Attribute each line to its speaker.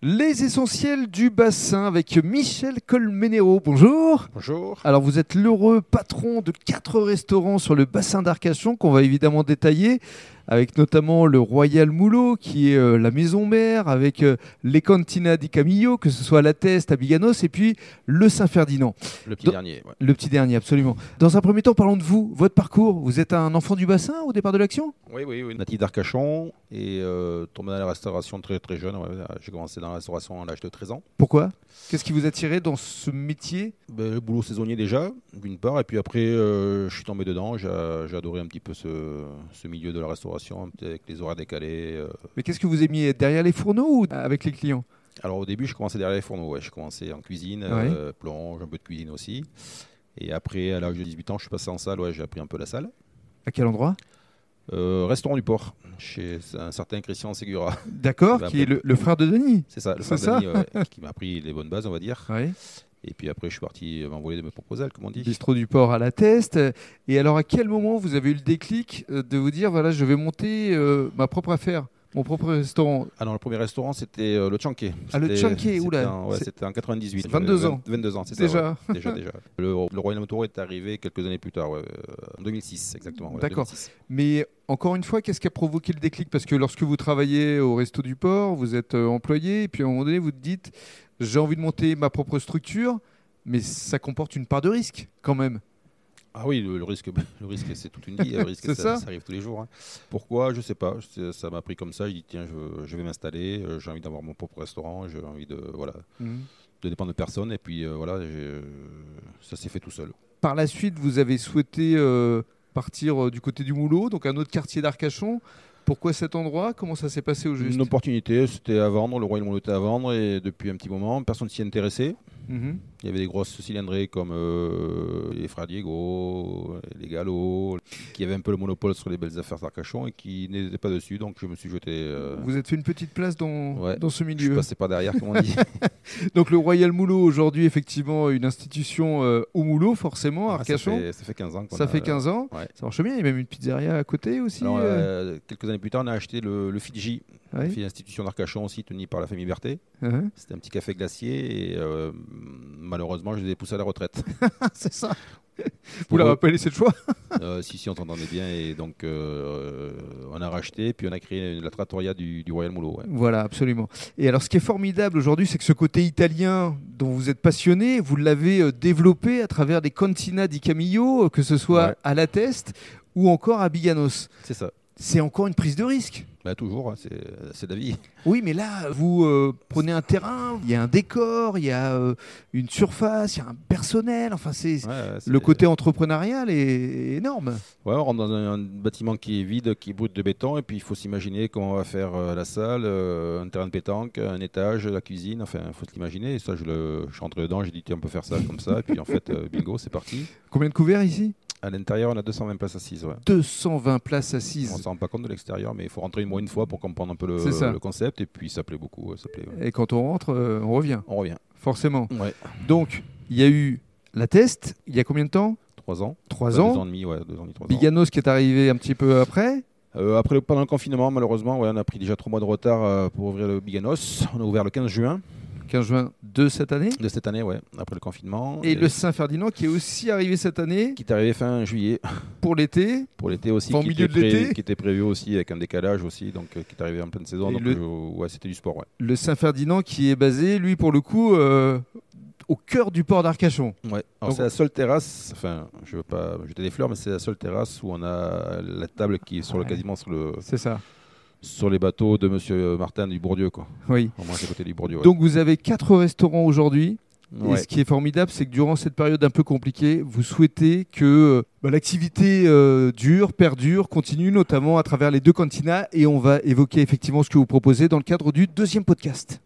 Speaker 1: Les essentiels du bassin avec Michel Colmenero. Bonjour.
Speaker 2: Bonjour.
Speaker 1: Alors vous êtes l'heureux patron de quatre restaurants sur le bassin d'Arcachon qu'on va évidemment détailler avec notamment le Royal Moulot qui est euh, la maison mère avec euh, les Cantina di Camillo que ce soit à La Teste, à Biganos et puis le Saint-Ferdinand.
Speaker 2: Le petit
Speaker 1: Donc-
Speaker 2: dernier. ouais.
Speaker 1: Le petit dernier absolument. Dans un premier temps parlons de vous, votre parcours. Vous êtes un enfant du bassin au départ de l'action
Speaker 2: Oui, oui, oui. Natif d'Arcachon et euh, tombé dans la restauration très très jeune. ouais. J'ai commencé dans la restauration à l'âge de 13 ans.
Speaker 1: Pourquoi Qu'est-ce qui vous a tiré dans ce métier
Speaker 2: Ben, le boulot saisonnier déjà, d'une part, et puis après, euh, je suis tombé dedans. J'a- J'ai adoré un petit peu ce, ce milieu de la restauration, avec les horaires décalés. euh.
Speaker 1: Mais qu'est-ce que vous aimiez Derrière les fourneaux ou avec les clients
Speaker 2: Alors au début, je commençais derrière les fourneaux. Ouais. Je commençais en cuisine,
Speaker 1: Ouais.
Speaker 2: euh, plonge, un peu de cuisine aussi. Et après, à l'âge de 18 ans, je suis passé en salle. Ouais, j'ai appris un peu la salle.
Speaker 1: À quel endroit
Speaker 2: Euh, restaurant du port, chez un certain Christian Segura.
Speaker 1: D'accord,
Speaker 2: Il va
Speaker 1: qui est le, le frère de Denis.
Speaker 2: C'est ça, le
Speaker 1: C'est
Speaker 2: frère
Speaker 1: ça.
Speaker 2: Denis, ouais, qui m'a appris les bonnes bases, on va dire.
Speaker 1: Oui.
Speaker 2: Et puis après, je suis parti euh, m'envoler de mes proposales, comme on dit.
Speaker 1: Bistrot du Port à la Teste. Et alors, à quel moment vous avez eu le déclic euh, de vous dire voilà, je vais monter euh, ma propre affaire, mon propre restaurant
Speaker 2: Ah non, le premier restaurant, c'était euh, le Chanquet.
Speaker 1: Ah, le
Speaker 2: C'était-
Speaker 1: Chanquet,
Speaker 2: c'était
Speaker 1: oula.
Speaker 2: en- ouais,
Speaker 1: C'est-
Speaker 2: C'était en 98.
Speaker 1: c'est 22
Speaker 2: Euh,
Speaker 1: ans.
Speaker 2: 22 ans, c'est ça,
Speaker 1: Déjà
Speaker 2: ouais. déjà, déjà. Le, le Royal Motor est arrivé quelques années plus tard, ouais, euh, en 2006, exactement. ouais,
Speaker 1: D'accord.
Speaker 2: 2006.
Speaker 1: Mais encore une fois, qu'est-ce qui a provoqué le déclic Parce que lorsque vous travaillez au Resto du Port, vous êtes euh, employé, et puis à un moment donné, vous te dites j'ai envie de monter ma propre structure, mais ça comporte une part de risque quand même.
Speaker 2: Ah oui, le, le risque, le risque, c'est toute une vie. Le risque,
Speaker 1: C'est
Speaker 2: ça,
Speaker 1: ça.
Speaker 2: ça arrive tous les jours. hein. Pourquoi Je sais pas. C'est- Ça m'a pris comme ça. J'ai dit tiens, je, je vais m'installer. euh, J'ai envie d'avoir mon propre restaurant. J'ai envie de voilà, de dépendre de personne. Et puis euh, voilà, j'ai, euh, ça s'est fait tout seul.
Speaker 1: Par la suite, vous avez souhaité euh, partir euh, du côté du Moulot, donc un autre quartier d'Arcachon. Pourquoi cet endroit Comment ça s'est passé au juste
Speaker 2: Une opportunité, c'était à vendre, le Royal Moulin était à vendre et depuis un petit moment, personne s'y intéressait.
Speaker 1: Mhm.
Speaker 2: Il y avait des grosses cylindrées comme euh, les Frères Diego, les Gallo, qui avaient un peu le monopole sur les belles affaires d'Arcachon et qui n'étaient pas dessus, donc je me suis jeté. euh,
Speaker 1: Vous êtes fait une petite place dans,
Speaker 2: Ouais,
Speaker 1: dans ce
Speaker 2: je
Speaker 1: milieu.
Speaker 2: passais pas derrière, comme on dit.
Speaker 1: Donc le Royal Moulot, aujourd'hui, effectivement, une institution euh, au Moulot, forcément, à
Speaker 2: Ah, ça,
Speaker 1: Arcachon.
Speaker 2: fait, ça fait 15 ans. qu'on
Speaker 1: ça
Speaker 2: a-
Speaker 1: fait 15 ans.
Speaker 2: ouais.
Speaker 1: Ça marche bien. Il y a même une pizzeria à côté aussi.
Speaker 2: Alors,
Speaker 1: euh, Ah
Speaker 2: euh, quelques années plus tard, on a acheté le, le Fidji,
Speaker 1: ouais.
Speaker 2: l'institution d'Arcachon aussi tenue par la famille Berthet.
Speaker 1: Hein
Speaker 2: C'était un petit café glacier et euh, malheureusement, je les ai poussés à la retraite.
Speaker 1: C'est ça. Vous
Speaker 2: Pour
Speaker 1: l'avez
Speaker 2: eux,
Speaker 1: pas laissé le choix
Speaker 2: Euh, si, si, on s'entendait bien. Et donc, euh, on a racheté, puis on a créé une- la trattoria du, du Royal Moulot. ouais.
Speaker 1: Voilà, absolument. Et alors, ce qui est formidable aujourd'hui, c'est que ce côté italien dont vous êtes passionné, vous l'avez euh, développé à travers les cantinas di Camillo, euh, que ce soit
Speaker 2: Ouais.
Speaker 1: à La Teste ou encore à Biganos.
Speaker 2: C'est ça.
Speaker 1: C'est encore une prise de risque.
Speaker 2: Bah, toujours, hein, c'est c'est la vie.
Speaker 1: Oui, mais là, vous euh, prenez un terrain, il y a un décor, il y a euh, une surface, il y a un personnel. Enfin, c'est
Speaker 2: Ouais, ouais, c'est-
Speaker 1: le côté entrepreneurial est énorme.
Speaker 2: Ouais, on rentre dans un, un bâtiment qui est vide, qui est brut de béton, et puis il faut s'imaginer comment on va faire euh, la salle, euh, un terrain de pétanque, un étage, la cuisine. Enfin, il faut se l'imaginer. Et ça, je, le, je suis rentré dedans, j'ai dit, tiens, on peut faire ça comme ça. Et puis, en fait, euh, bingo, c'est parti.
Speaker 1: Combien de couverts ici
Speaker 2: À l'intérieur, on a 220 places assises. Ouais.
Speaker 1: 220 places
Speaker 2: On
Speaker 1: assises.
Speaker 2: s'en rend pas compte de l'extérieur, mais il faut rentrer une mois une fois pour comprendre un peu le,
Speaker 1: C'est ça.
Speaker 2: le concept. Et puis, ça plaît beaucoup. ouais, ça plaît, ouais.
Speaker 1: Et quand on rentre, euh, on revient,
Speaker 2: On revient.
Speaker 1: forcément.
Speaker 2: Ouais.
Speaker 1: Donc, il y a eu la test, il y a combien de temps
Speaker 2: Trois ans.
Speaker 1: Trois
Speaker 2: Bah, Deux
Speaker 1: ans.
Speaker 2: ans et demi, ouais, deux ans et demi, trois ans.
Speaker 1: Biganos qui est arrivé un petit peu après.
Speaker 2: Euh, après, le- pendant le confinement, malheureusement, ouais, on a pris déjà trois mois de retard euh, pour ouvrir le Biganos. On a ouvert le 15 juin
Speaker 1: 15 juin de cette année.
Speaker 2: de cette année, ouais, après le confinement.
Speaker 1: Et le Saint-Ferdinand qui est aussi arrivé cette année
Speaker 2: qui est arrivé fin juillet
Speaker 1: pour l'été.
Speaker 2: pour l'été aussi,
Speaker 1: Enfin, au
Speaker 2: qui,
Speaker 1: milieu
Speaker 2: était
Speaker 1: de l'été.
Speaker 2: qui était prévu aussi avec un décalage aussi, donc euh, qui est arrivé en pleine saison.
Speaker 1: Et
Speaker 2: donc,
Speaker 1: le-
Speaker 2: je- ouais, c'était du sport. Ouais.
Speaker 1: Le Saint-Ferdinand qui est basé, lui, pour le coup, euh, au cœur du port d'Arcachon.
Speaker 2: Ouais. Alors,
Speaker 1: Donc-
Speaker 2: c'est la seule terrasse. Enfin, je veux pas jeter des fleurs, mais c'est la seule terrasse où on a la table qui est sur le
Speaker 1: Ouais.
Speaker 2: quasiment sur le
Speaker 1: C'est ça.
Speaker 2: sur les bateaux de Monsieur Martin du Bourdieu, quoi.
Speaker 1: Oui.
Speaker 2: Au moins, c'est à côté du Bourdieu. ouais.
Speaker 1: Donc vous avez quatre restaurants aujourd'hui.
Speaker 2: Ouais.
Speaker 1: Et ce qui est formidable, c'est que durant cette période un peu compliquée, vous souhaitez que euh, bah, l'activité euh, dure, perdure, continue, notamment à travers les deux cantinas. Et on va évoquer effectivement ce que vous proposez dans le cadre du deuxième podcast.